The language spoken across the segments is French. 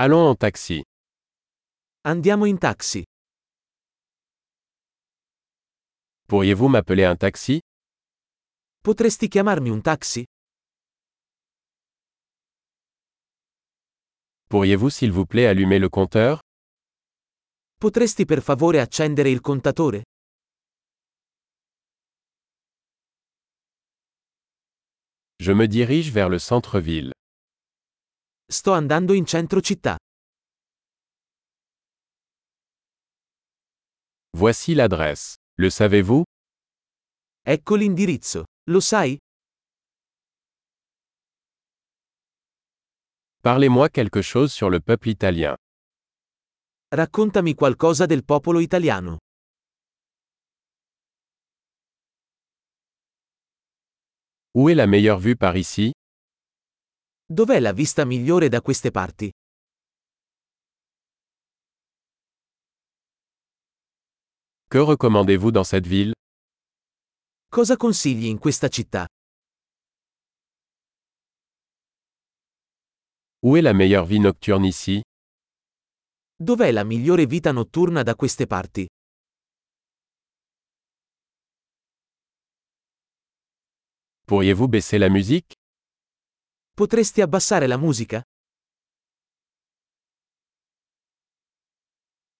Allons en taxi. Andiamo in taxi. Pourriez-vous m'appeler un taxi Potresti chiamarmi un taxi? Pourriez-vous s'il vous plaît allumer le compteur Potresti per favore accendere il contatore? Je me dirige vers le centre-ville. Sto andando in centro città. Voici l'adresse. Le savez-vous Ecco l'indirizzo. Lo sai? Parlez-moi quelque chose sur le peuple italien. Raccontami qualcosa del popolo italiano. Où est la meilleure vue par ici Dov'è la vista migliore da queste parti? Que recommandez-vous dans cette ville Cosa consigli in questa città? Où est la meilleure vie nocturne ici Dov'è la migliore vita notturna da queste parti? Pourriez-vous baisser la musique Potresti abbassare la musica?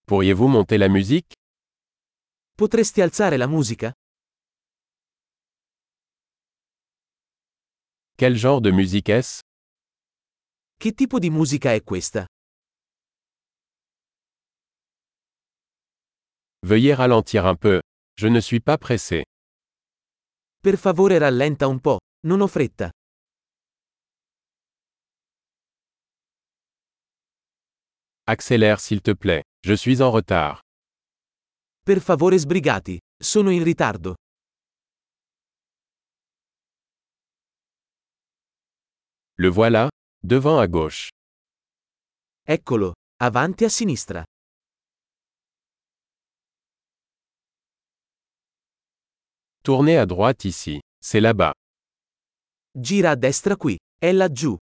Pourriez-vous monter la musique Potresti alzare la musica? Quel genre de musique est-ce Che tipo di musica è questa? Veuillez ralentir un peu. Je ne suis pas pressé. Per favore rallenta un po', non ho fretta. Accélère s'il te plaît. Je suis en retard. Per favore sbrigati, sono in ritardo. Le voilà, devant à gauche. Eccolo, avanti a sinistra. Tournez à droite ici. C'est là-bas. Gira a destra qui, è laggiù.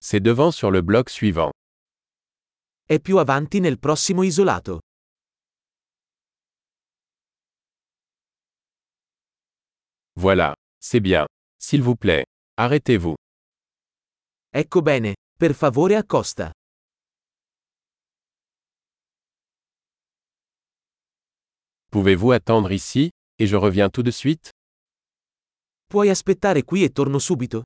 C'est devant sur le bloc suivant. È più avanti nel prossimo isolato. Voilà. C'est bien. S'il vous plaît. Arrêtez-vous. Ecco bene, per favore accosta. Pouvez-vous attendre ici, et je reviens tout de suite Puoi aspettare qui e torno subito?